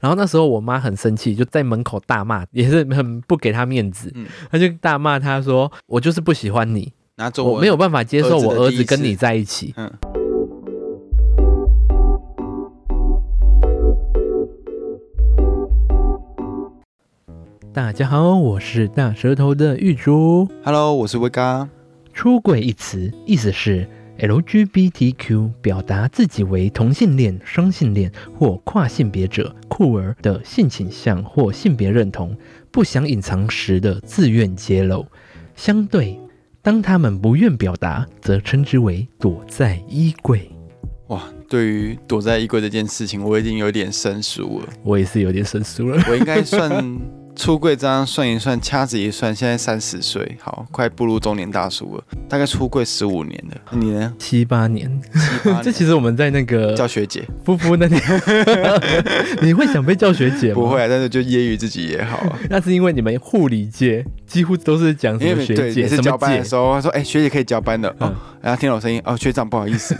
然后那时候我妈很生气，就在门口大骂，也是很不给她面子，嗯她就大骂她说：“我就是不喜欢你，拿走我没有办法接受我儿儿子的第一子次跟你在一起。嗯。大家好，我是大舌头的玉竹。 Hello，我是威嘎。出轨一词意思是 LGBTQ 表达自己为同性恋、双性恋或跨性别者、酷儿的性倾向或性别认同，不想隐藏时的自愿揭露。相对，当他们不愿表达，则称之为躲在衣柜。哇，对于躲在衣柜这件事情，我已经有点生疏了。我也是有点生疏了。我应该算出柜，这样算一算，掐指一算，现在三十岁，好，快步入中年大叔了，大概出柜十五年了。你呢？ 七八年，七八这其年。实我们在那叫个学姐夫妇 那里，你会想被叫学姐吗？不会、啊，但是就揶揄自己 也好啊。那是因为你们护理界几乎都是讲因什为么每学对姐、每次什交么班的姐，时候，他说：“哎、学姐可以交班的、嗯哦。”然后听到我声音，哦，学长不好意 思，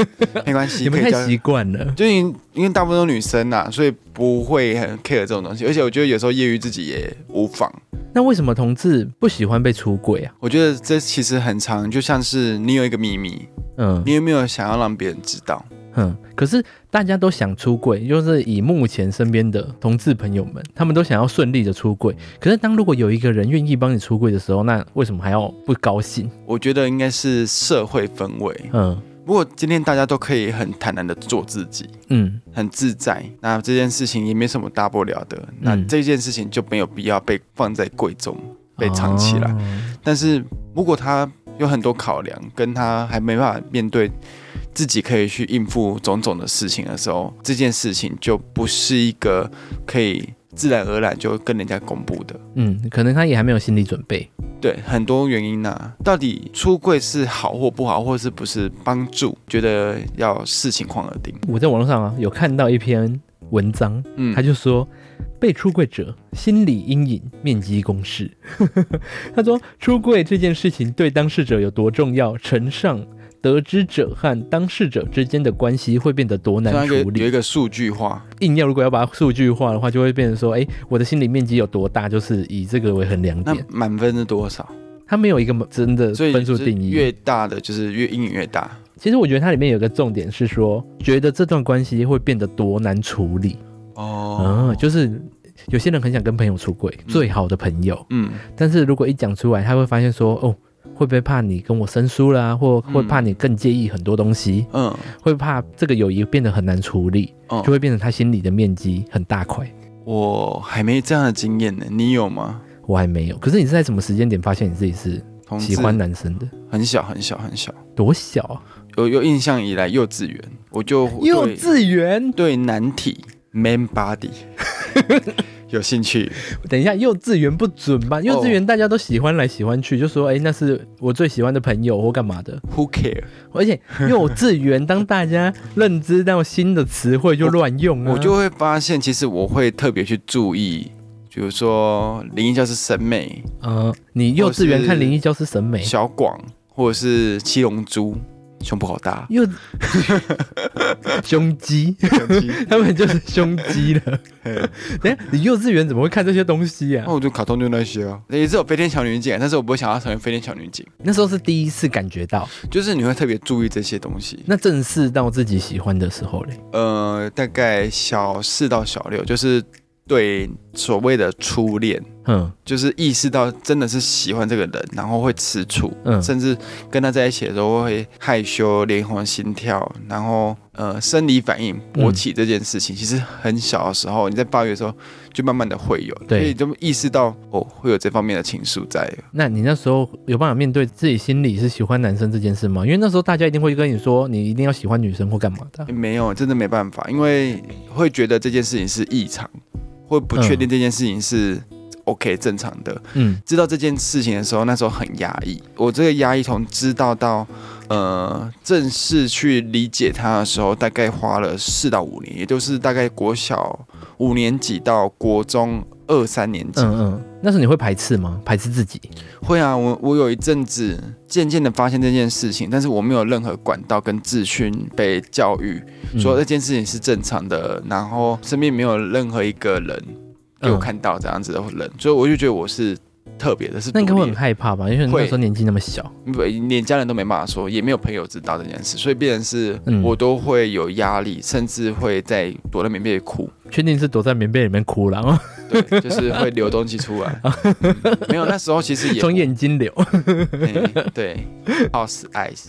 没关系，你们可太以交习惯了。就因因为大部分都是女生呐、所以不会很 care 这种东西。而且我觉得有时候业余自己也无妨。那为什么同志不喜欢被出轨啊？我觉得这其实很长，就像是你有一个秘密，嗯你有没有想要让别人知道？嗯，可是大家都想出轨，就是以目前身边的同志朋友们，他们都想要顺利的出轨。可是当如果有一个人愿意帮你出轨的时候，那为什么还要不高兴？我觉得应该是社会氛围。嗯如果今天大家都可以很坦然的做自己，嗯，很自在，那这件事情也没什么大不了的。那嗯这件事情就没有必要被放在柜中被藏起来。哦但是如果他有很多考量，跟他还没办法面对自己可以去应付种种的事情的时候，这件事情就不是一个可以自然而然就跟人家公布的。嗯，可能他也还没有心理准备。对，很多原因呐、啊到底出柜是好或不好，或是不是帮助，觉得要视情况而定。我在网络上啊有看到一篇文章，嗯他，就说，被出柜者心理阴影面积公式。 他说，出柜这件事情对当事者有多重要，呈上得知者和当事者之间的关系会变得多像难一处个有一理。个数据化，硬要如果要把它数据化的话，就会变成说，哎、我的心理面积有多大，就是以这个为衡量那点。满分是多少？它没有一个真的所以分数就是定义。越大的就是越阴影越大。其实我觉得它里面有个重点是说，觉得这段关系会变得多难处理。哦嗯，，就是有些人很想跟朋友出轨，嗯最好的朋友。嗯，但是如果一讲出来，他会发现说，哦，会不会怕你跟我生疏啦、或嗯会怕你更介意很多东西，嗯，会怕这个友谊变得很难处理，嗯就会变成他心里的面积很大块。我还没这样的经验呢，你有吗？我还没有，可是你是在什么时间点发现你自己是同志喜欢男生的？很小很小很小，多小啊、有有印象以来，幼稚园我就对幼稚园？对男体 man body 有兴趣，等一下，幼稚园不准哦吧？幼稚园大家都喜欢来喜欢去，就说哎、那是我最喜欢的朋友或干嘛的。 ，Who care？、而且幼稚园，当大家认知到新的词汇就乱用啊。我就会发现，其实我会特别去注意，比如说林一教师审美、呃，你幼稚园看《灵异教师》审美，，小广，或者是七龙珠，胸部好大 幼胸肌， 他们就是胸肌了。 等一下，你幼稚园怎么会看这些东西啊呀、那我就卡通就那些啊，也是有飞天小女警啊，但是我不会想要成为飞天小女警，那时候是第一次感觉到，就是你会特别注意这些东西。那正视到自己喜欢的时候嘞。呃，大概小四到小六，就是对所谓的初恋，嗯就是意识到真的是喜欢这个人，然后会吃醋，嗯甚至跟他在一起的时候会害羞、脸红、心跳，然后呃生理反应勃起这件事情，其实很小的时候你在八月的时候就慢慢的会有，对所以就意识到哦会有这方面的情愫在。那你那时候有办法面对自己心里是喜欢男生这件事吗？因为那时候大家一定会跟你说，你一定要喜欢女生或干嘛的啊。没有，真的没办法，嗯因为会觉得这件事情是异常，会不确定这件事情是 OK 正常的。嗯知道这件事情的时候，那时候很压抑。我这个压抑从知道到呃正式去理解它的时候，大概花了四到五年，也就是大概国小五年级到国中二三年级，嗯嗯，那时候你会排斥吗？排斥自己？会啊，我我有一阵子渐渐的发现这件事情，但是我没有任何管道跟资讯被教育，嗯说这呃件事情是正常的，然后身边没有任何一个人给我嗯看到这样子的人，所以我就觉得我是特别的，是那应该独会立很害怕吧？因为那会时候年纪那么小，不连家人都没办法说，也没有朋友知道这件事，所以变成是嗯我都会有压力，甚至会在躲在棉被里哭，确定是躲在棉被里面哭了，然后对，就是会流东西出来。嗯没有，那时候 其实也从眼睛流。嗯对，house eyes。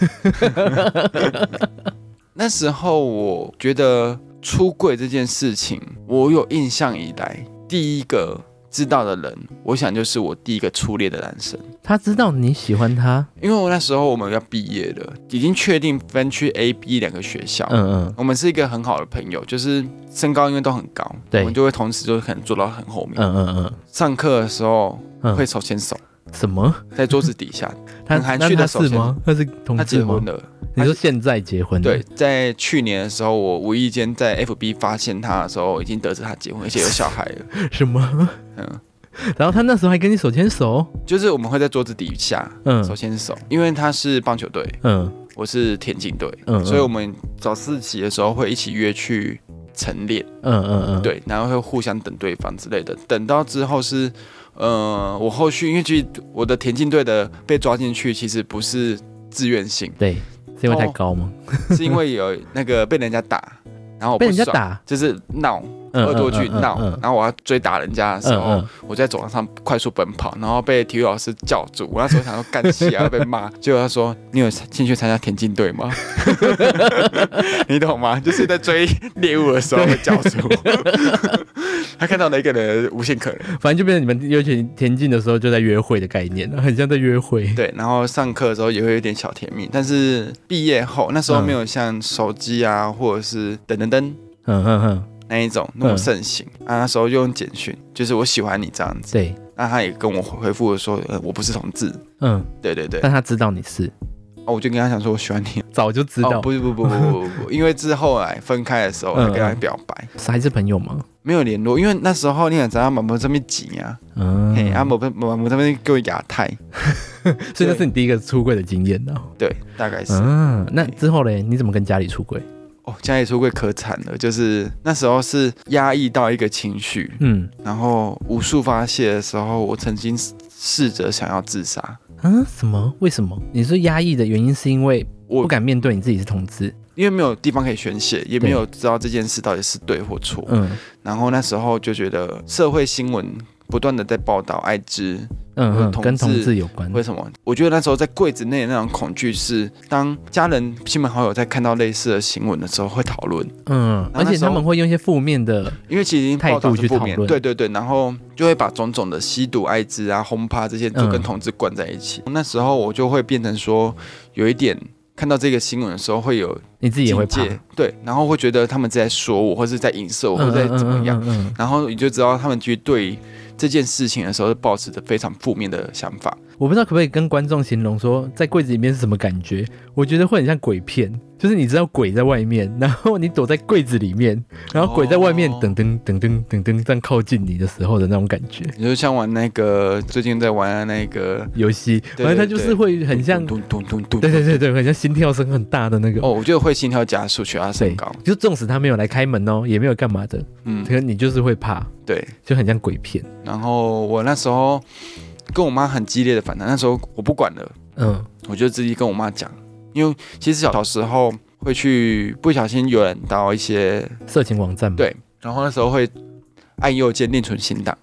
那时候我觉得出柜这件事情，我有印象以来第一个知道的人，我想就是我第一个初恋的男生。他知道你喜欢他，因为我那时候我们要毕业了，已经确定分去 A、B 两个学校。嗯嗯我们是一个很好的朋友，就是身高因为都很高，对我们就会同时就可能坐到很后面。嗯嗯上课的时候嗯，会手牵手，什么？在桌子底下。他很含那蓄地他首是先吗？他是 同他志结吗嗯婚？了，你说现在结婚？对，，在去年的时候，我无意间在 FB 发现他的时候，已经得知他结婚，而且有小孩了。 什么？嗯， 然后他那时候还跟你手牵手，就是我们会在桌子底下手嗯牵手，因为他是棒球队，嗯我是田径队，嗯嗯所以我们早自习的时候会一起约去晨练，嗯嗯嗯，，对，然后会互相等对方之类的。等到之后是，呃，我后续因为其实我的田径队的被抓进去，其实不是自愿 ，性对，是因为太哦高吗？是因为有那个被人家打，然后我不被人家爽打，就是闹。嗯恶作剧嗯嗯闹嗯，然后我要追打人家的时候嗯，我在走廊上快速奔跑，然后被体育老师叫住。我那时候想说干戏啊，被骂，结果他说：“你有兴趣参加田径队吗？” 你懂吗？就是在追猎物的时候被叫住， 他看到了一个人的无限可能。嗯反正就变成你们尤其田径的时候就在约会的概念了，很像在约会。对，然后上课的时候也会有点小甜蜜，但是毕业后那时候没有像手机啊，或者是噔噔噔嗯嗯嗯，那一种那么嗯盛行啊。那时候就用简讯，就是我喜欢你这样子。对，那他也跟我回复说，呃，我不是同志。嗯，对对对，但他知道你是，哦，我就跟他讲说我喜欢你。早就 知道哦，，不是不不不不不不，因为之后来分开的时候，我嗯跟他表白，还是朋友吗？没有联络，因为那时候你也知道嘛，某这边挤啊，嗯，嘿，啊某某某这边给我亚太， 所以那是你第一个出柜的经验啊呢。对，大概是。嗯，那之后嘞，你怎么跟家里出柜？哦，家里出柜可惨了，就是那时候是压抑到一个情绪，嗯然后无数发泄的时候，我曾经试着想要自杀。啊，什么？为什么？你说压抑的原因是因为我不敢面对你自己是同志？因为没有地方可以宣泄，也对没有知道这件事到底是对或错，嗯然后那时候就觉得社会新闻不断的在报道艾滋，嗯我嗯，同跟同志志有关。为什么？我觉得那时候在柜子内的那种恐惧是，当家人、亲朋好友在看到类似的新闻的时候会讨论，嗯，然后而那且时他候们会用一些负面的，因为其实已经报态道度去是负讨面，论对对对，然后就会把种种的吸毒、艾滋啊、轰趴这些都嗯跟同志灌在一起。那时候我就会变成说，有一点看到这个新闻的时候会有你自己也会警怕，戒，对，然后会觉得他们在说我，或是在影射我，或者在怎么样。嗯？嗯嗯嗯嗯然后你就知道他们其实对于这件事情的时候，保持着非常负面的想法。我不知道可不可以跟观众形容说，在柜子里面是什么感觉？我觉得会很像鬼片，就是你知道鬼在外面，然后你躲在柜子里面，然后鬼在外面哦噔噔噔噔噔噔这样靠近你的时候的那种感觉。你就像玩那个最近在玩的那个，游戏，对反正它就是会很像，咚咚咚咚 对咚。对对对，很像心跳声很大的那个。哦，我觉得会心跳加速，血压对升高。，就纵使他没有来开门哦，也没有干嘛的，嗯可，能你就是会怕，对。就很像鬼片。然后我那时候跟我妈很激烈的反弹，那时候我不管了，嗯我就直接跟我妈讲，因为其实小小时候会去不小心有人到一些，色情网站嘛，对然后那时候会按右键另存新档，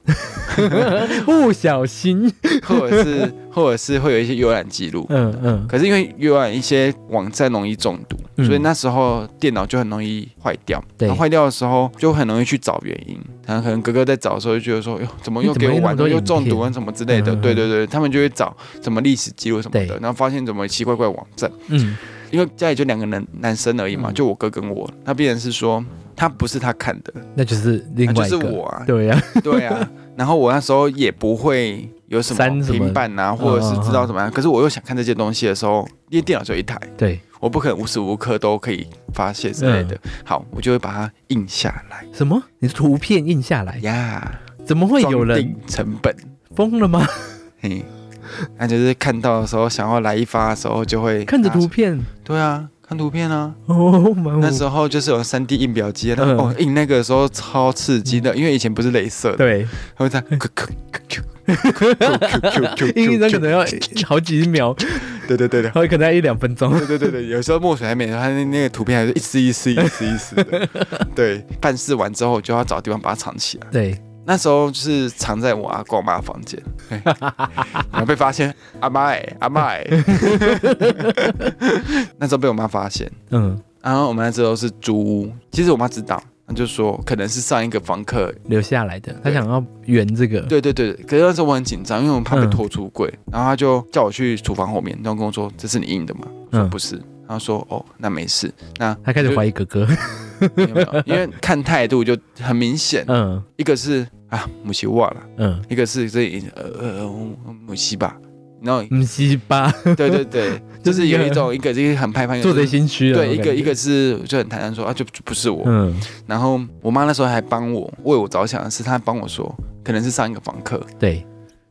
不小心，或者是 或者是会有一些浏览记录。嗯嗯可是因为浏览一些网站容易中毒，嗯所以那时候电脑就很容易坏掉。对然后坏掉的时候就很容易去找原因。然后可能哥哥在找的时候就觉得说，哟，怎么又给我玩你怎么有那么多又中影毒啊片什么之类的。嗯对对对，他们就会找什么历史记录什么对的，然后发现怎么奇怪怪网站。嗯因为家里就两个男男生而已嘛，嗯就我哥跟我，那必然是说他不是他看的，那就是另那就外一是个，我啊，对呀、对啊，然后我那时候也不会有什删么什么嗯平板啊，或者是知道怎么样。可是我又想看这些东西的时候，因为电脑只有一台，对，我不可能无时无刻都可以发泄之类的。好，我就会把它印下来什么？你是图片印下来呀。怎么会有装人订成本，疯了吗？嘿，那就是看到的时候想要来一发的时候就会看着拿图出，片对啊，看图片啊。哦，蛮那无时候就是有三 D 印表机，那嗯哦印那个时候超刺激的，因为以前不是镭射的，对，它会在 Q Q Q Q Q Q 印一张可 Q Q，能要好几秒，对对对对。然后可能要一两分 钟。对对对对，有时候墨水还没，它那那个图片还是一丝一丝一丝一丝的。对，办事完之后就要找地方把它藏起来。对，那时候就是藏在我阿公妈房 间，对然后被发现，阿妈哎，阿妈哎， 那时候被我妈发现，嗯，然后我们那时候是租屋，其实我妈知道，她就说可能是上一个房客，留下来的，他对想要圆这个，对对对，可是那时候我很紧张，因为我怕被嗯拖出柜，然后她就叫我去厨房后面，然后跟我说这是你印的吗？我说嗯不是，然后说哦那没事， 那他开始怀疑哥哥。没有没有因为看态度就很明显，嗯一个是啊母鸡忘了，嗯，一个是这呃呃母鸡吧，然后嗯，西巴对对 对，就是有一种一个就是很害怕，做贼一个心虚是了。对我一感个觉一个，是就很坦然说啊就就不是我，嗯，然后我妈那时候还帮我为我着想的是她帮我说可能是上一个房客，对，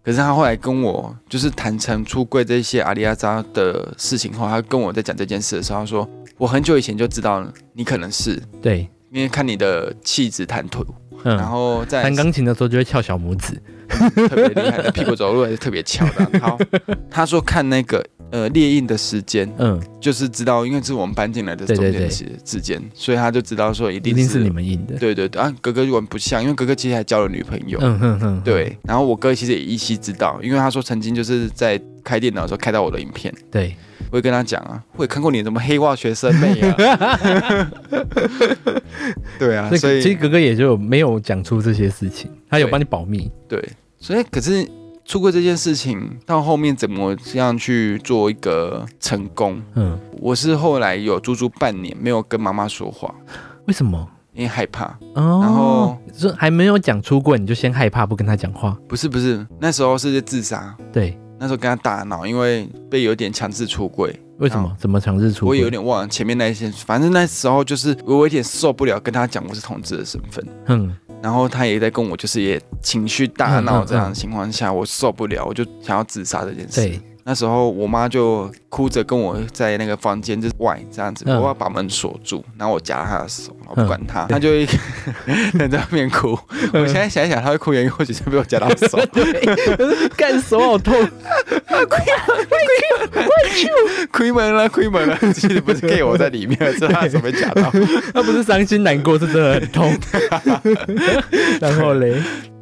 可是她后来跟我就是坦诚出柜这些阿里阿扎的事情后，她跟我在讲这件事的时候，她说我很久以前就知道你可能是。对，因为看你的气质谈吐，然嗯，后再来弹钢琴的时候就会翘小拇指。特别厉害的，屁股走路也是特别翘 的。好，他说看那个呃列印的时间，嗯，就是知道，因为是我们搬进来的对中对间的时之间，所以他就知道说一一定定是你。们印的。对对对，啊，哥哥完不像，因为哥哥其实还交了女朋友。嗯哼哼，对，然后我哥其实也依稀知道，因为他说曾经就是在开电脑的时候开到我的影片，对，我会跟他讲啊，我也看过你怎么黑化学生妹啊。 对啊，所所以其实以哥哥也就没有讲出这些事情，他有对帮你保密。对，所以可是出柜这件事情到后面怎么样去做一个成功？嗯，我是后来有足足半年没有跟妈妈说话，为什么？因为害怕。哦，然后这还没有讲出过，你就先害怕不跟他讲话。不是不是，那时候是自杀，对，那时候跟他大闹，因为被有点强制出柜，为什么？怎么强制出轨？哦我也有点忘了前面那一些，反正那时候就是我有点受不了跟他讲我是同志的身份，嗯，然后他也在跟我就是也情绪大嗯闹嗯这样的嗯情况下，我受不了，我就想要自杀这件事。对， 那时候我妈就哭着跟我在那个房间之外这样子，嗯我要把门锁住，然后我夹她的手，然后嗯不管她，她就一 在那边哭。我现在想一想，她会哭原因或许是被我夹到手，干手好痛。亏门了，亏门了。其实不是 gay 我在里面，是她手被夹 到。他不是伤心难过，是真的很痛。 然后嘞，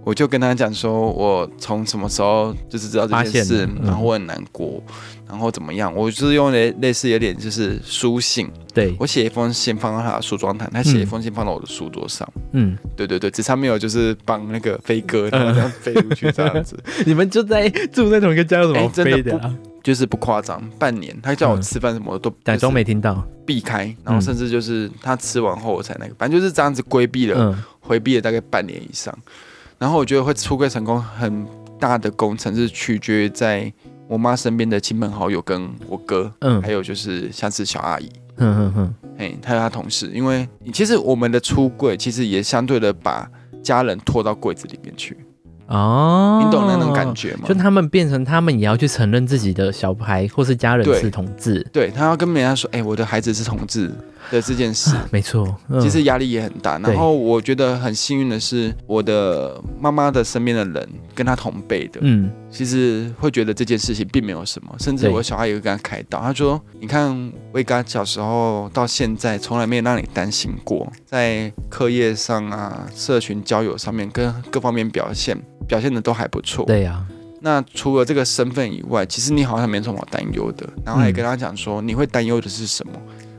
我就跟她讲说，我从什么时候就是知道这发件事现了，嗯然后我很难过，然后怎么样，我就是用类类似有点就是书信，对，我写一封信放到她的梳妆台，她写一封信放到我的书桌上。嗯，对对对，只差没有就是帮那个飞哥，然后这样飞出去这样子， 你们就在住在同一个家，有什么哎好真的飞的啊？就是不夸张，半年他叫我吃饭什么都假装没听到。就是避开，然后甚至就是他吃完后我才那个，反正就是这样子规避了，嗯，回避了大概半年以上。然后我觉得会出柜成功很大的工程是取决于在我妈身边的亲朋好友跟我哥，嗯还有就是像是小阿姨。哼哼哼，嘿，还有他同事，因为其实我们的出柜其实也相对的把家人拖到柜子里面去，哦，你懂那种感？觉吗？就他们变成他们也要去承认自己的小孩或是家人对是同志，对他要跟别人家说，哎、我的孩子是同志的这件事，没错。嗯其实压力也很大。对然后我觉得很幸运的是，我的妈妈的身边的人跟她同辈的，嗯，其实会觉得这件事情并没有什么。甚至对我小孩也会跟他开导，他说：“你看，威嘎小时候到现在，从来没有让你担心过，在课业上啊、社群交友上面跟各方面表现，表现的都还不错。”对啊呀，那除了这个身份以外，其实你好像没什么担忧的。然后还跟他讲说，你会担忧的是什么？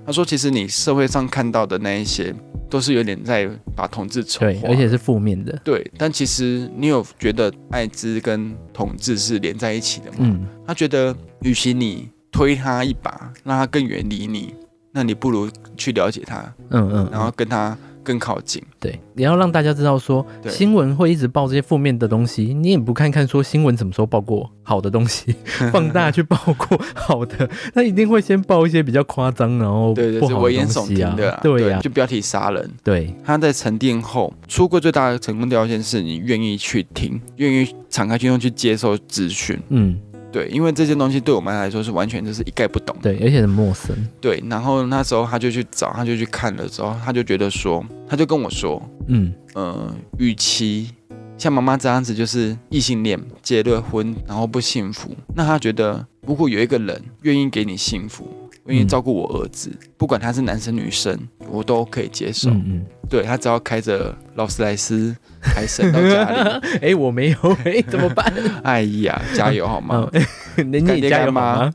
他说，其实你社会上看到的那一些，都是有点在把同志丑对，化，而且是负面的。对。但其实你有觉得艾滋跟同志是连在一起的吗？嗯，他觉得，与其你推他一把，让他更远离你，那你不如去了解他，嗯嗯，然后跟他更靠近。对，也要让大家知道说，对新闻会一直报这些负面的东西，你也不看看说新闻什么时候报过好的东 西，放大去报过好的，那一定会先报一些比较夸张，然后对不对，是好危的言东耸西啊听的、啊。，对呀、就标题杀人。对它在沉淀后，出柜最大的成功条件是你愿意去听，愿意敞开心胸去接受资讯。嗯，对，因为这些东西对我们来说是完全就是一概不懂的。对，而且很陌生，对，然后那时候他就去找，他就去看了之后，他就觉得说，他就跟我说，嗯呃，与其像妈妈这样子，就是异性恋结了婚然后不幸福，那他觉得如果有一个人愿意给你幸福，愿意嗯照顾我儿子，不管他是男生女生，我都可以接受。嗯嗯，对他只要开着劳斯莱斯开神到家 里，哎、我没有，哎、怎么 办？哎呀，加油好吗？嗯，你你也加油好吗？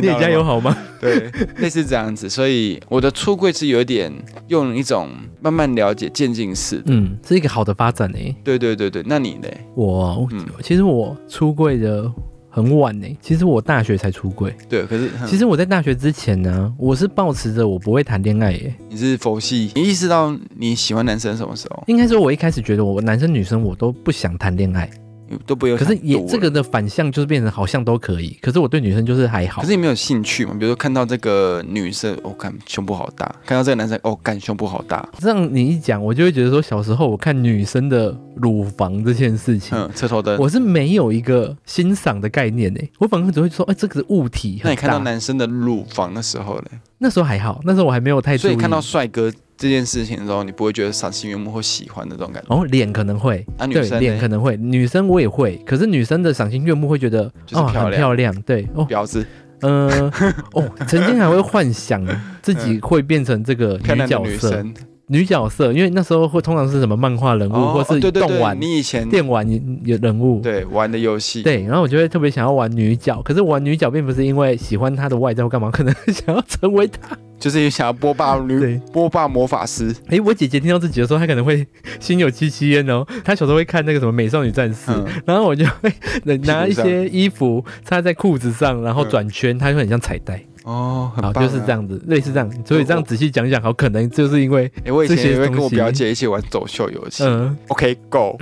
你到也了加油吗，好吗？对，类似这样子。所以我的出柜是有一点用一种慢慢了解渐进式的。嗯，是一个好的发展哎、对对对对，那你呢？我、嗯其实我出柜的很晚哎、其实我大学才出柜。对，可是嗯其实实我在大学之前呢，我是保持着我不会谈恋爱欸耶。你是佛系，你意识到你喜欢男生什么时候？应该说，我一开始觉得我男生女生我都不想谈恋爱，你都不会有可想是多了。也这个的反向就是变成好像都可以，可是我对女生就是还好可。是你没有兴趣嘛？比如说看到这个女生，哦，看胸部好大；看到这个男生，哦，干胸部好大。这样你一讲，我就会觉得说，小时候我看女生的乳房这件事情，嗯，车头灯。我是没有一个欣赏的概念诶，我反而只会说，哎、这个物体那很你看到大。男生的乳房的时候呢？那时候还好，那时候我还没有太注所意。以看到帅哥这件事情的时候，你不会觉得赏心悦目或喜欢的这种感觉。哦，脸可能会，啊，女对，生脸可呢？能会，女生我也会，可是女生的赏心悦目会觉得就是哦漂很亮漂亮，对哦，婊子， 呃，哦，曾经还会幻想自己会变成这个女漂嗯亮的角女色，生。女角色，因为那时候会通常是什么漫画人物，哦，或是对对动对，玩、你以前电玩人物。对玩的游戏，对，然后我就会特别想要玩女角，可是玩女角并不是因为喜欢她的外在或干嘛，可能 想要成为她。就是想要波霸对女波霸魔法师。诶，我姐姐听到这集的时候，她可能会心有戚戚焉哦。她小时候会看那个什么《美少女战士》嗯，然后我就 会拿上一些衣服插在裤子上，然后嗯转圈，它就很像彩带。哦，很好，棒，就是这。样子，类似这样，所以这样我仔细讲一讲，好，可能就是因 为，哎，我以这前些也会跟东我西表姐一起玩走秀游戏。嗯， OK Go，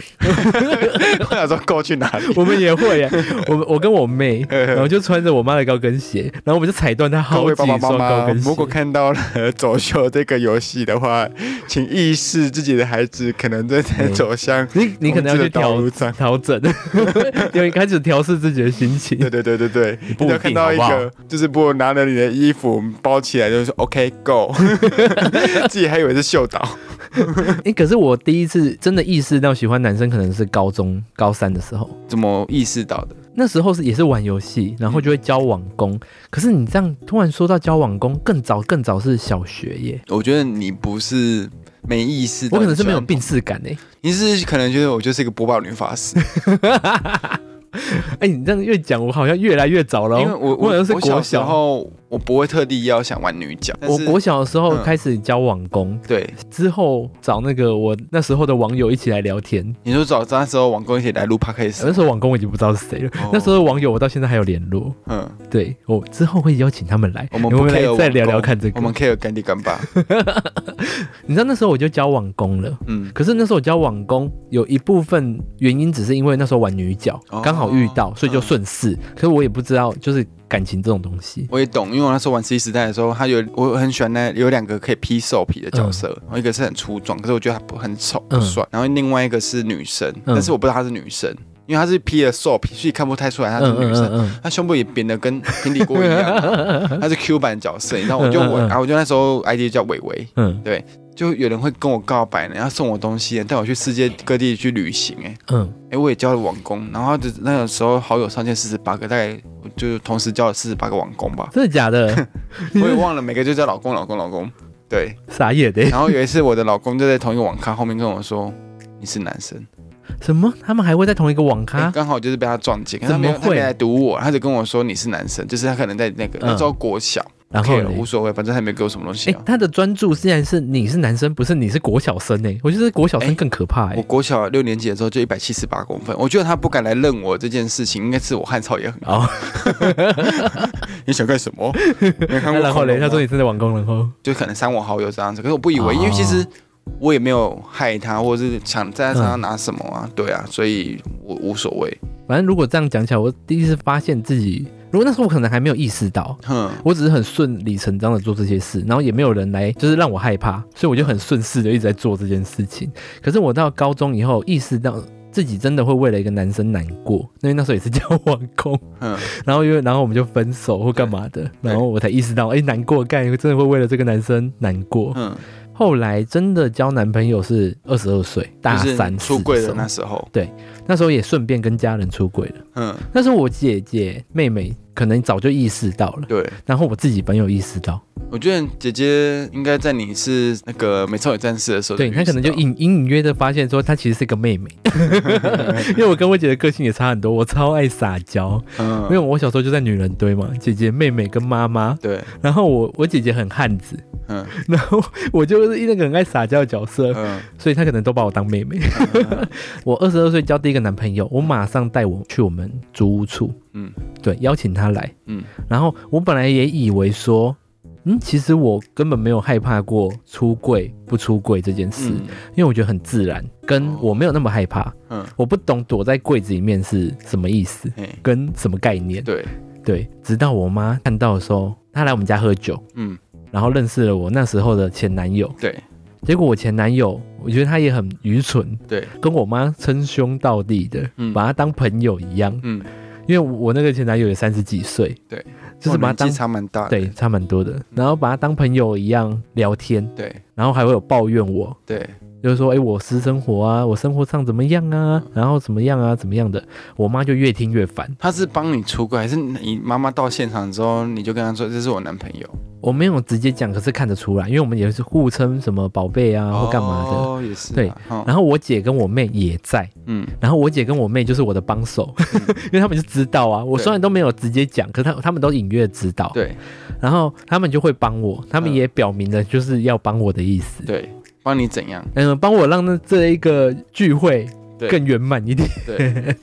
我想说 Go 去哪里？我们也会耶，我们我跟我 妹，然后就穿着我妈的高跟鞋，然后我们就踩断她各好位几爸爸双妈高妈，跟鞋如。果看到了走秀这个游戏的话，请意识自己的孩子可能正在哎走向你你可能要去同志的道调路上。调整， 因为开始调试自己的心情。对对对对对，你不一定只要看到一好不个，就是不拿了你的衣服包起来，就是说 OK Go，自己还以为是秀导。诶，可是我第一次真的意识到喜欢男生，可能是高中高三的时候。怎么意识到的？那时候是也是玩游戏，然后就会交网工。可是你这样突然说到交网工，更早更早是小学耶，我觉得你不是没意识到，我可能是没有，病逝感哎。你是可能觉得我就是一个播报女法师，哎、你这样越讲，我好像越来越早了哦。因为我好像是我国小时候我不会特地要想玩女角，但我是国小的时候嗯开始交网工，对，之后找那个我那时候的网友一起来聊天。你说找那时候网工一起来录 podcast，那时候网工我已经不知道是谁了，啊哦那时候的网友我到现在还有联络。嗯，对我之后会邀请他们来，我们我不呃们来 care 网再聊工聊看这我们个。 care 干爹干爸，你知道那时候我就交网工了。 嗯，可是那时候我交网工，有一部分原因只是因为那时候玩女角，哦刚好遇到，所以就顺势。可是我也不知道，就是感情这种东西，我也懂，因为我那时候玩 C 时代的时候，他有我很喜欢那有两个可以披兽皮的角色，然后一个是很粗壮，可是我觉得他不很丑嗯不帅，然后另外一个是女生，嗯但是我不知道她是女生，因为她是披了兽皮，所以看不太出来她是嗯女嗯生。嗯嗯，她胸部也扁的跟 平底锅一样啊、她是 Q 版角色，你知道，我就我，嗯嗯嗯然后我就那时候 ID 叫伟伟， 嗯就有人会跟我告白呢，要送我东西，带我去世界各地去旅行、哎，嗯，哎、我也交了网工，然后就那个时候好友上线四十八个，大概我就同时交了四十八个网工吧， 真的假的？我也忘了每个就叫老公老公老公， 对。傻眼欸的、 然后有一次我的老公就在同一个网咖后面跟我说。你是男生，什么？他们还会在同一个 网哎咖？刚、好就是被他撞见，可是他怎么没有，他没会来堵我，他就跟我说你是男生，就是他可能在那个、嗯那时候国小，然后 OK 嘞了，无所谓，反正他也没给我什么东西哎、啊。他的专注竟然是你是男生，不是你是国小生哎、我觉得国小生哎更可怕哎、我国小六年级的时候就一百七十八公分，我觉得他不敢来认我这件事情，应该是我汉朝也很哦好。你想干什么？没 看过然后恐龙嘞，他吗说你真的网工，然后就可能删我好友这样子，可是我不以为，哦因为其实我也没有害他，或者是想在他身上拿什么啊，对啊，所以我无所谓。反正如果这样讲起来，我第一次发现自己，如果那时候我可能还没有意识到，哼，我只是很顺理成章的做这些事，然后也没有人来就是让我害怕，所以我就很顺势的一直在做这件事情。可是我到高中以后意识到。自己真的会为了一个男生难过，因为那时候也是交往工，哼，然后因为然后我们就分手或干嘛嗯的，然后我才意识到，哎、难过，干真的会为了这个男生难过。哼，后来真的交男朋友是二十二岁，大就是三出柜四的时那候时候，那时候也顺便跟家人出轨了。嗯，但是我姐姐妹妹可能早就意识到了，对，然后我自己没有意识到，我觉得姐姐应该在你是那个美少女战士的时候，对她可能就一，隐隐隐约的发现说她其实是个 妹妹，因为我跟我姐的个性也差很多，我超爱撒娇，嗯，因为我小时候就在女人堆嘛，姐姐、妹妹跟妈妈，对，然后我我姐姐很汉子， 嗯然后我就是那个很爱撒娇的角色，嗯，所以她可能都把我当妹妹。我二十二岁交第一个男朋友，我马上带我去我们租屋处，嗯嗯，对，邀请他来，嗯嗯，然后我本来也以为说，嗯，其实我根本没有害怕过出柜不出柜这件事，嗯因为我觉得很自然，跟哦我没有那么害怕，嗯，我不懂躲在柜子里面是什么意思，嘿，跟什么概念，对，对，直到我妈看到的时候，她来我们家喝酒，嗯，然后认识了我那时候的前男友，对，结果我前男友，我觉得他也很愚蠢，对，跟我妈称兄道弟的，嗯把他当朋友一样。嗯，因为我那个前男友也三十几岁，对，就是把他哇年纪当差蛮大的，对差蛮多的，嗯然后把他当朋友一样聊天，对然后还会有抱怨我，对，就是说，哎，我私生活啊，我生活上怎么样啊，然后怎么样啊，怎么样的，我妈就越听越烦。他是帮你出柜，还是你妈妈到现场之后你就跟他说这是我男朋友？我没有直接讲，可是看得出来，因为我们也是互称什么宝贝啊或干嘛的。哦，也是啊，对哦，然后我姐跟我妹也在，嗯然后我姐跟我妹就是我的帮手， 因为他们就知道啊。我虽然都没有直接讲，可是他他们都隐约知道。，对然后他们就会帮我，他们嗯也表明了就是要帮我的意思。对，帮你怎样？嗯，帮我让那这一个聚会对更圆满一点， 对，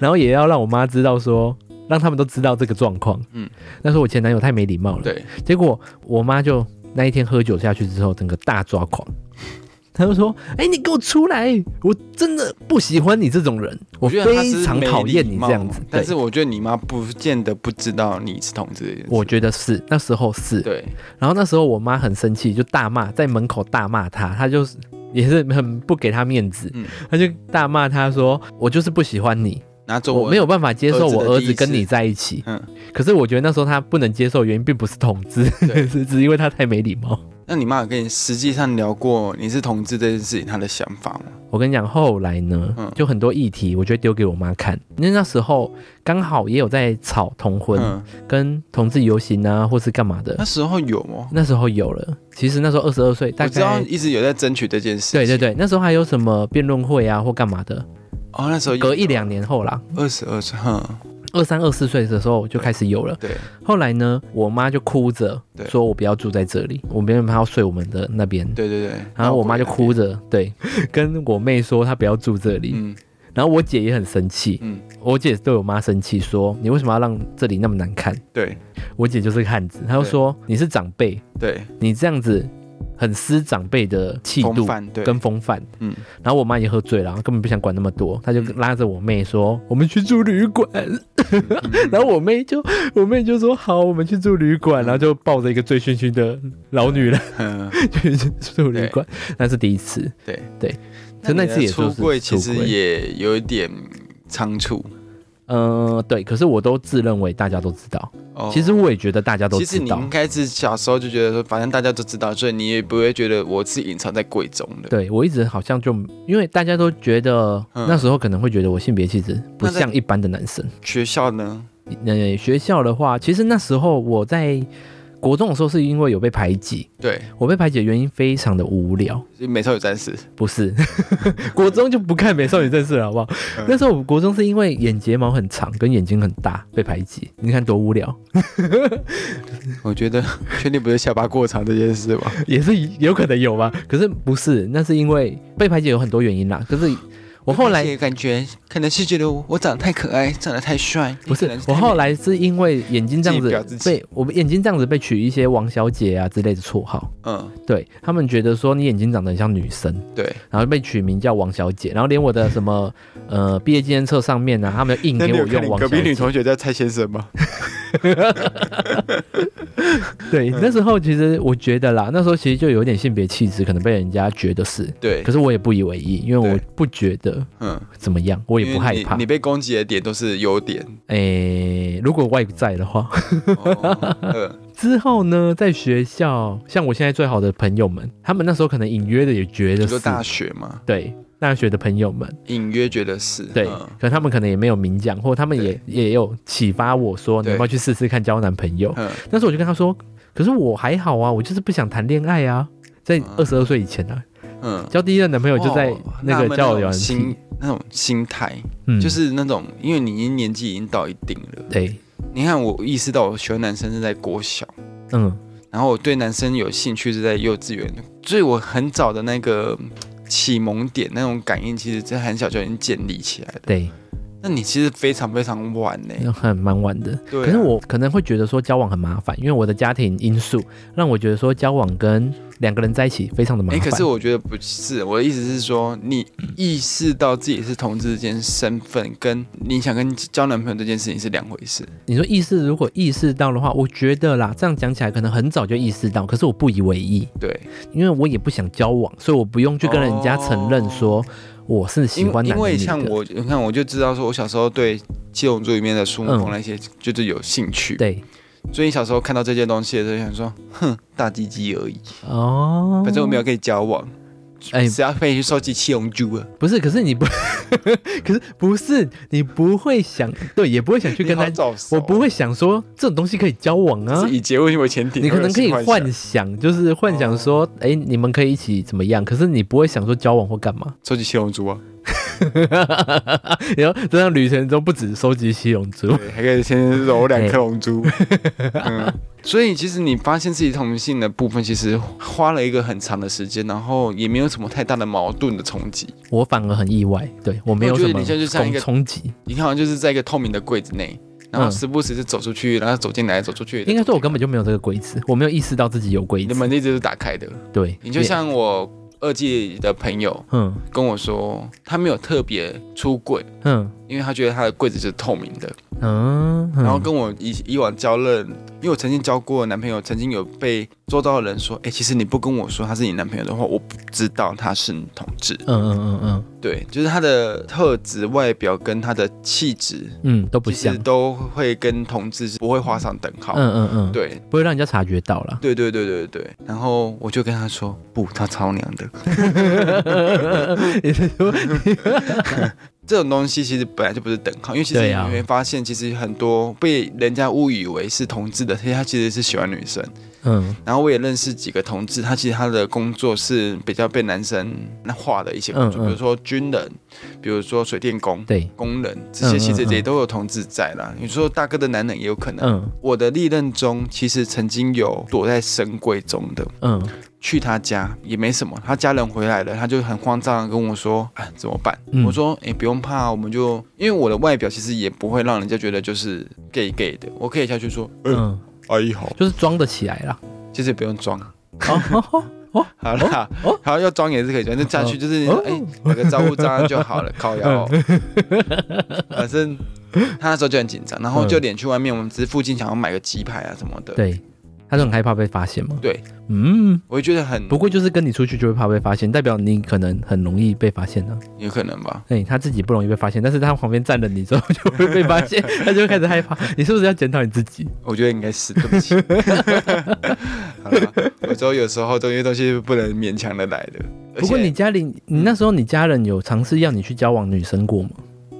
然后也要让我妈知道说，让他们都知道这个状况。嗯嗯，那时候我前男友太没礼貌了，对，结果我妈就那一天喝酒下去之后，整个大抓狂。 她就说：“哎、你给我出来！我真的不喜欢你这种人，我我觉得他是非常没讨厌礼你貌这样子。”对但是我觉得你妈不见得不知道你是同志这件事，我觉得是那时候是，对，然后那时候我妈很生气，就大骂，在门口大骂他，他就是也是很不给他面子，嗯他就大骂他说：“我就是不喜欢你，拿走我我没有办法接受我儿儿子的第子一跟次你在一起。”嗯可是我觉得那时候他不能接受的原因并不是统治，对是只因为他太没礼貌。那你妈有跟你实际上聊过你是同志这件事情她的想法吗？我跟你讲，后来呢嗯，就很多议题，我就丢给我妈看，因为那时候刚好也有在吵同婚、嗯，跟同志游行啊，或是干嘛的那。时候有吗？那时候有了，其实那时候二十二岁，大我知道概一直有在争取这件事情，对对，对，那时候还有什么辩论会啊或干嘛的，哦，那时候有隔一两年后啦，二十二岁，哼，二三二四岁的时候就开始有了。对，后来呢，我妈就哭着对说：“我不要住在这里，我没有办法要睡我们的那边。”对对对，然后我妈就哭着， 对，跟我妹说她不要住这里。嗯，然后我姐也很生气，嗯我姐对我妈生气说：“你为什么要让这里那么难看对？”我姐就是个汉子，她就对说：“你是长辈，对，你这样子很失长辈的气风度范对，跟风范。”嗯，然后我妈也喝醉了，根本不想管那么多，她就拉着我妹说：“我们去住旅馆。” 然后我妹就我妹就说：“好，我们去住旅馆。”然后就抱着一个醉醺醺的老女人嗯 去住旅馆，那是第一次。对对，那那你次的也出说是柜其实出柜也有一点仓促。嗯、对，可是我都自认为大家都知道，哦其实我也觉得大家都其知实你道应。该是小时候就觉得说，反正大家都知道，所以你也不会觉得我是隐藏在柜中的。对我一直好像就因为大家都觉得、嗯那时候可能会觉得我性别气质不那在像一般的男生。学校呢，呃，学校的话，其实那时候我在国中的时候是因为有被排挤，对，我被排挤的原因非常的无聊，美少女战士，不是， 国中就不看《美少女战士》了，好不好？嗯那时候我国中是因为眼睫毛很长跟眼睛很大被排挤，你看多无聊，我觉 得确定不是下巴过长这件事吧？也是有可能有吧？可是不是，那是因为被排挤有很多原因啦。可是我后来 也感觉可能是觉得我长得太可爱，长得太帅，不你可是能，太我美后来是因为眼睛这样自己表子自己被我眼睛这样子被取一些王小姐啊之类的绰号，嗯，对他们觉得说你眼睛长得很像女生，对，然后被取名叫王小姐，然后连我的什 么呃毕业纪念册上面呢、他们就硬那给你我有看用你王隔小壁姐。女同学叫蔡先生吗？对，嗯那时候其实我觉得啦，那时候其实就有点性别气质，可能被人家觉得是，对可，是我也不以为意，因为我对不觉得嗯，怎么样，我也不害因为怕你。你。被攻击的点都是优点，诶、如果外在的话， 哦嗯，之后呢，在学校，像我现在最好的朋友们，他们那时候可能隐约的也觉你得说是，大学嘛，对大学的朋友们，隐约觉得是，对，哦嗯可能他们可能也没有明讲，或他们也也有启发我说，你对要不要去试试看交男朋友？嗯，那时候我就跟他说，可是我还好啊，我就是不想谈恋爱啊，在嗯二十二岁以前啊，嗯，交第一任男朋友就在哦那个他们交友种软心体，那种心态，嗯，就是那种，因为你已经年纪已经到一定了，对，你看我意识到我喜欢男生是在国小，嗯然后我对男生有兴趣是在幼稚园，所以我很早的那个嗯启蒙点那种感应，其实在很小就已经建立起来了。对，那你其实非常非常晚呢、很蛮晚的。哎对啊、嗯可是我可能会觉得说交往很麻烦，因为我的家庭因素让我觉得说交往跟两个人在一起非常的麻哎、烦。可是我觉得不是，我的意思是说，你意识到自己是同志这件身份，跟你想跟交男朋友这件事情是两回事。你说意识如果意识到的话，我觉得啦，这样讲起来可能很早就意识到，可是我不以为意，对，因为我也不想交往，所以我不用去跟人家承认说我是喜因欢男为因的为女像的。我，你看我就知道说，我小时候对《七龙珠》里面的孙悟空那些就是有兴趣，对所以小时候看到这些东西的时候，想说，哼，大鸡鸡而已，哦，反正我没有跟你交往，哎只要可以去收集七龙珠啊了，不是，可是你不， 可是不是你不会想对，也不会想去跟你好他，早熟我不会想说这种东西可以交往啊是，以结婚为前提，你可能可以会有性幻想，就是幻想说，哎、你们可以一起怎么样？可是你不会想说交往或干嘛。 收集七龙珠啊，然后这趟旅程中不止收集七龙珠，对，还可以先揉两颗龙珠。嗯，所以其实你发现自己同性的部分，其实花了一个很长的时间，然后也没有什么太大的矛盾的冲击。我反而很意外，对我没有我觉什得么你现在就像一冲个冲击。你好像就是在一个透明的柜子内，然后嗯时不时就走出去，然后走进来，走出去。应该说，我根本就没有这个规则，我没有意识到自己有规你的则。门一直是打开的。对，你就像我二季的朋友嗯跟我说，他没有特别出柜，嗯因为他觉得他的柜子是透明的。嗯，然后跟我以以往交任，因为我曾经交过男朋友，曾经有被周遭的人说，哎、其实你不跟我说他是你男朋友的话，我不知道他是同志。嗯嗯嗯嗯对，就是他的特质、外表跟他的气质，嗯都不其像实，都会跟同志是不会画上等号。嗯嗯嗯，，对，不会让人家察觉到啦。对对对对对。然后我就跟他说，不，他超娘的。你是说， 这种东西其实本来就不是等号，因为其实对你啊会发现，其实很多被人家误以为是同志的，其实他其实是喜欢女生。嗯然后我也认识几个同志，他其实他的工作是比较被男生化的一些工作，嗯嗯比如说军人，比如说水电工、对，工人这些，其实嗯嗯也都有同志在啦。你说大哥的男人也有可能。嗯我的历任中，其实曾经有躲在深柜中的，嗯去他家也没什么，他家人回来了，他就很慌张的跟我说：“啊，怎么办？”嗯我说：“哎、不用怕，我们就因为我的外表其实也不会让人家觉得就是 gay gay 的，我可以下去说，嗯、嗯，阿姨好，就是装得起来啦。其实也不用装。”哦，好啦，哦好要装也是可以装，就下去就是哦哎、打个招呼这样 就好了，靠腰哦。反正他那时候就很紧张，然后就连去外面，我们只是附近想要买个鸡排啊什么 的，嗯对，他就很害怕被发现嘛。对，嗯，我就觉得很不过就是跟你出去就会怕被发现，代表你可能很容易被发现呢、啊。有可能吧。哎、他自己不容易被发现，但是他旁边站了你之后就会被发 现，他就会开始害怕。你是不是要检讨你自己？我觉得应该是，对不起。 好了，有时候有时候这些东西不能勉强的来的。而不过你且家里，你那时候你家人有尝试要你去交往女生过吗？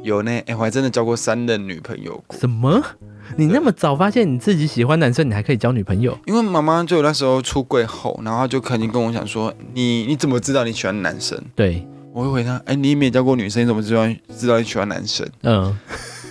有呢，哎、我还真的交过三任女朋友过。什么？你那么早发现你自己喜欢男生，你还可以交女朋友？因为妈妈就那时候出柜后，然后她就肯定跟我讲说，你你怎么知道你喜欢男生？对，我会回她，哎、你也没有交过女生，你怎么知道知道你喜欢 男生？嗯，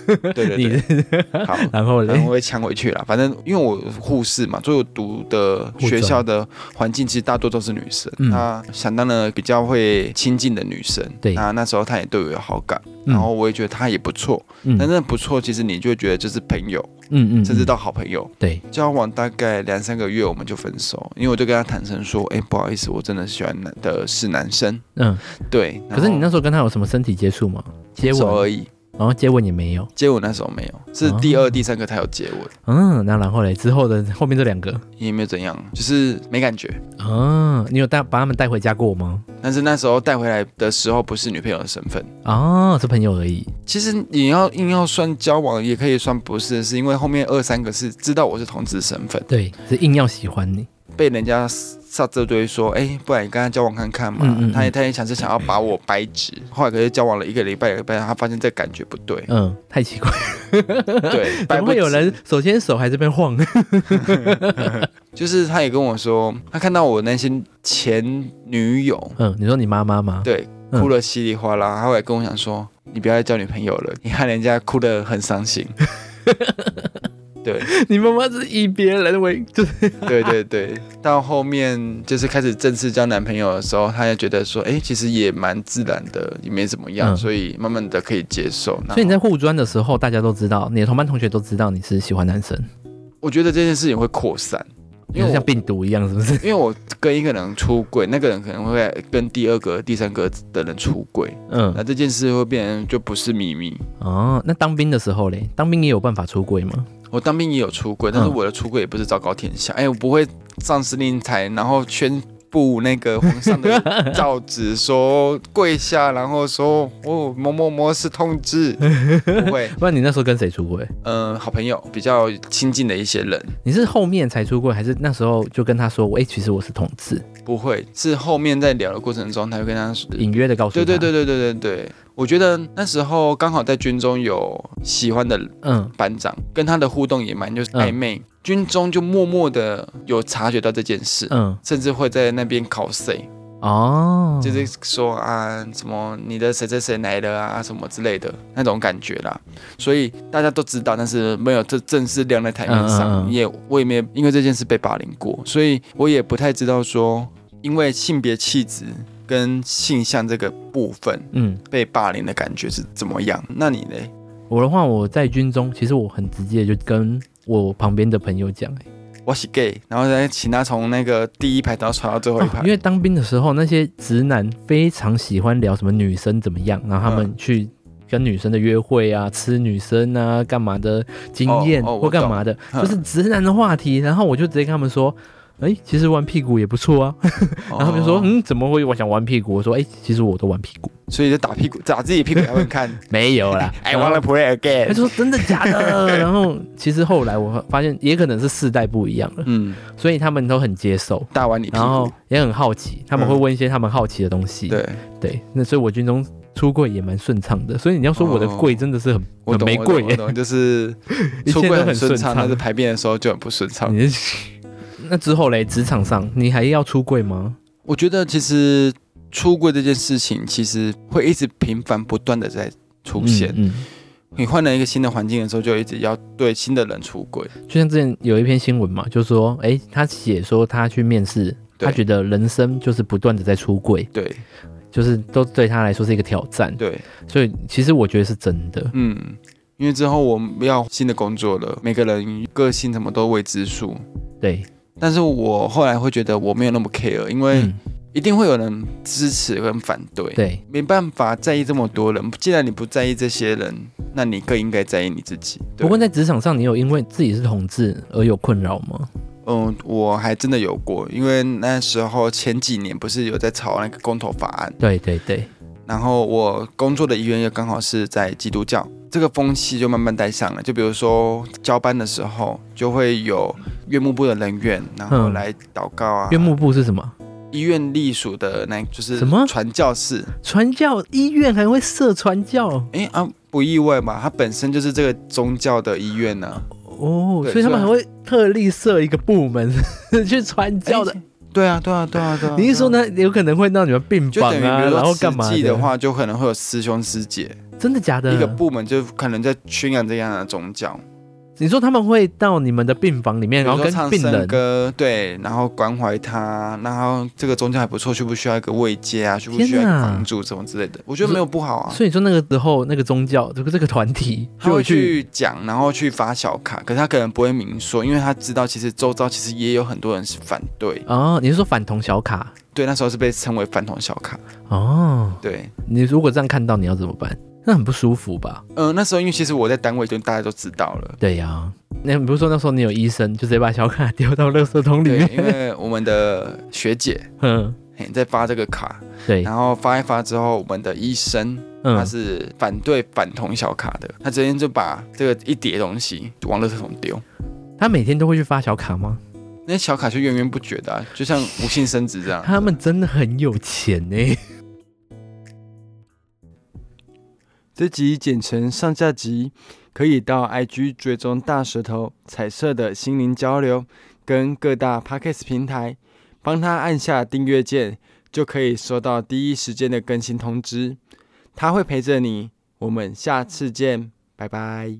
对对你对， 好，然后然后嘞，我会呛回去啦。反正因为我护士嘛，所以我读的学校的环境其实大多都是女生。嗯那想当然比较会亲近的女生。对那那时候她也对我有好感，嗯然后我也觉得她也不错。嗯但那不错，其实你就会觉得就是朋友，嗯嗯，甚至到好朋友。对，交往大概两三个月我们就分手，因为我就跟她坦诚说，哎、不好意思，我真的喜欢男的是男生。嗯。对，可是你那时时候跟他有什么身体接触吗？接吻，而已，然后接吻也没有。接吻那时候没有，是哦第二、第三个才有接吻，嗯，那然后嘞，之后的后面这两个，也没有怎样，就是没感觉。嗯，你有带把他们带回家过吗？但是那时候带回来的时候不是女朋友的身份。哦，是朋友而已。其实你要硬要算交往，也可以算不是，是因为后面二三个是知道我是同志身份，对，是硬要喜欢你。被人家撒这堆说，哎、不然你跟他交往看看嘛。嗯嗯嗯，他也他也想是想要把我掰直，后来可是交往了一个礼拜，两个礼拜他发现这感觉不对 嗯，太奇 怪，对，怎掰么不会有直人手牵手还这边晃？就是他也跟我说，他看到我那些前女友，嗯，你说你妈妈吗？对，嗯哭了稀里哗啦，他后来跟我讲说，你不要再交女朋友了，你害人家哭得很伤 心。对， 你妈妈是以别人为，就是对对对，到后面就是开始正式交男朋友的时候，他也觉得说，哎、其实也蛮自然的，也没怎么样，嗯所以慢慢的可以接受。所以你然在后护专的时候，大家都知道，你的同班同学都知道你是喜欢男生，我觉得这件事情会扩散，因就为像我病毒一样，是不是？因为我跟一个人出轨，那个人可能会跟第二个、第三个的人出轨，那嗯，这件事会变成就不是秘密。哦，那当兵的时候嘞，当兵也有办法出柜吗？我当兵也有出轨，但是嗯我的出轨也不是昭告天下，哎、我不会上司令台，然后宣布那个皇上 的诏旨，说跪下，然后说哦某某某是同志，不会，不然你那时候跟谁出柜？嗯、好朋友比较亲近的一些人，你是后面才出柜，还是那时候就跟他说，哎、其实我是同志，不会，是后面在聊的过程中才会跟他说，隐约的告诉对他？对对，对对对对，我觉得那时候刚好在军中有喜欢的嗯，班长，跟他的互动也蛮就是暧昧，军中就默默的有察觉到这件事。嗯，甚至会在那边考 C，哦，就是说啊，什么你的谁谁谁来了啊，什么之类的那种感觉啦。所以大家都知道，但是没有这正式亮在台面嗯嗯上，嗯也我也没有因为这件事被霸凌过，所以我也不太知道说，因为性别气质跟性向这个部分嗯，被霸凌的感觉是怎么样。那你呢？我的话，我在军中，其实我很直接就跟我旁边的朋友讲、欸我是 gay，然后再请他从那个第一排然后传到最后一排，哦因为当兵的时候，那些直男非常喜欢聊什么女生怎么样，然后他嗯们去跟女生的约会啊、吃女生啊、干嘛的经验、哦哦我或干嘛的，嗯就是直男的话题。然后我就直接跟他们说。哎、其实玩屁股也不错啊。然后他们就说，哦，嗯，怎么会我想玩屁股？我说，哎、其实我都玩屁股，所以就打屁股打自己屁股给他 们看。。没有啦 I 哎 wanna play 他 again。就说真的假 的？然后其实后来我发现，也可能是世代不一样了，嗯，所以他们都很接受，大碗你屁然后股。嗯也很好奇，他们会问一些他们好奇的东西。对，对，那所以我军中出柜也蛮顺畅的，所以你要说我的柜真的是很、我很懂，玫我懂瑰我懂，就是 一哦出切柜都很顺顺畅，畅。但是排便的时候就很不顺畅。你是 那之后嘞，职场上你还要出柜吗？我觉得其实出柜这件事情，其实会一直频繁不断的在出现。嗯，你换了一个新的环境的时候，就一直要对新的人出柜。嗯就像之前有一篇新闻嘛，就说，哎、他写说他去面试，对他觉得人生就是不断的在出柜，对就是都对他来说是一个挑战。对，所以其实我觉得是真的。嗯。因为之后我们要新的工作了，每个人个性什么都未知数。对，但是我后来会觉得我没有那么 care，因为嗯，一定会有人支持跟反对。对，没办法在意这么多人，既然你不在意这些人，那你更应该在意你自己。对不过，在职场上，你有因为自己是同志而有困扰吗？嗯，我还真的有过，因为那时候前几年不是有在吵那个公投法案，对对对，然后我工作的医院又刚好是在基督教，这个风气就慢慢带上了。就比如说交班的时候，就会有院牧部的人员，然后嗯来祷告啊。院幕部是什么？医院隶属的那，就是什么传教士，传教医院还会设传教哎啊，不意外嘛，他本身就是这个宗教的医院呢、哦，对所以他们所以还会特例设一个部门 去传教的。哎对啊，对啊，对啊，对啊。你是说对啊？呢？有可能会让你们并就绑等于啊，比如然后说慈干嘛啊济的？话，就可能会有师兄师姐，真的假的？一个部门就可能在宣扬这样的宗教，你说他们会到你们的病房里面，比然如后说跟唱病圣人歌，对，然后关怀他，然后这个宗教还不错，需不需要一个慰藉啊？需不需要一天个哪帮助什么之类的？我觉得没有不好啊。所以你说那个时候那个宗教这个这个团体啊他就会会去去讲，然后去发小卡，可是他可能不会明说，因为他知道其实周遭其实也有很多人是反对，哦，你是说反同小卡对，那时候是被称为反同小卡，哦？对，你如果这样看到，你要怎么办？ 那很不舒服吧？嗯、那时候因为其实我在单位就大家都知道了，对呀、那你不是说那时候你有医生，就直接把小卡丢到垃圾桶里对，因面？为我们的学姐 嗯，嘿在发这个卡，对，然后发一发之后，我们的医生他嗯，是反对反同小卡的，他直接就把这个一叠东西往垃圾桶丢。他每天都会去发小卡吗？那些小卡就源源不绝的啊、就像无性生殖这样。他们真的很有钱欸呢、 这集剪成上下集，可以到 IG 追踪大舌头彩色的心灵交流，跟各大 Podcast 平台，帮他按下订阅键，就可以收到第一时间的更新通知。他会陪着你，我们下次见，拜拜。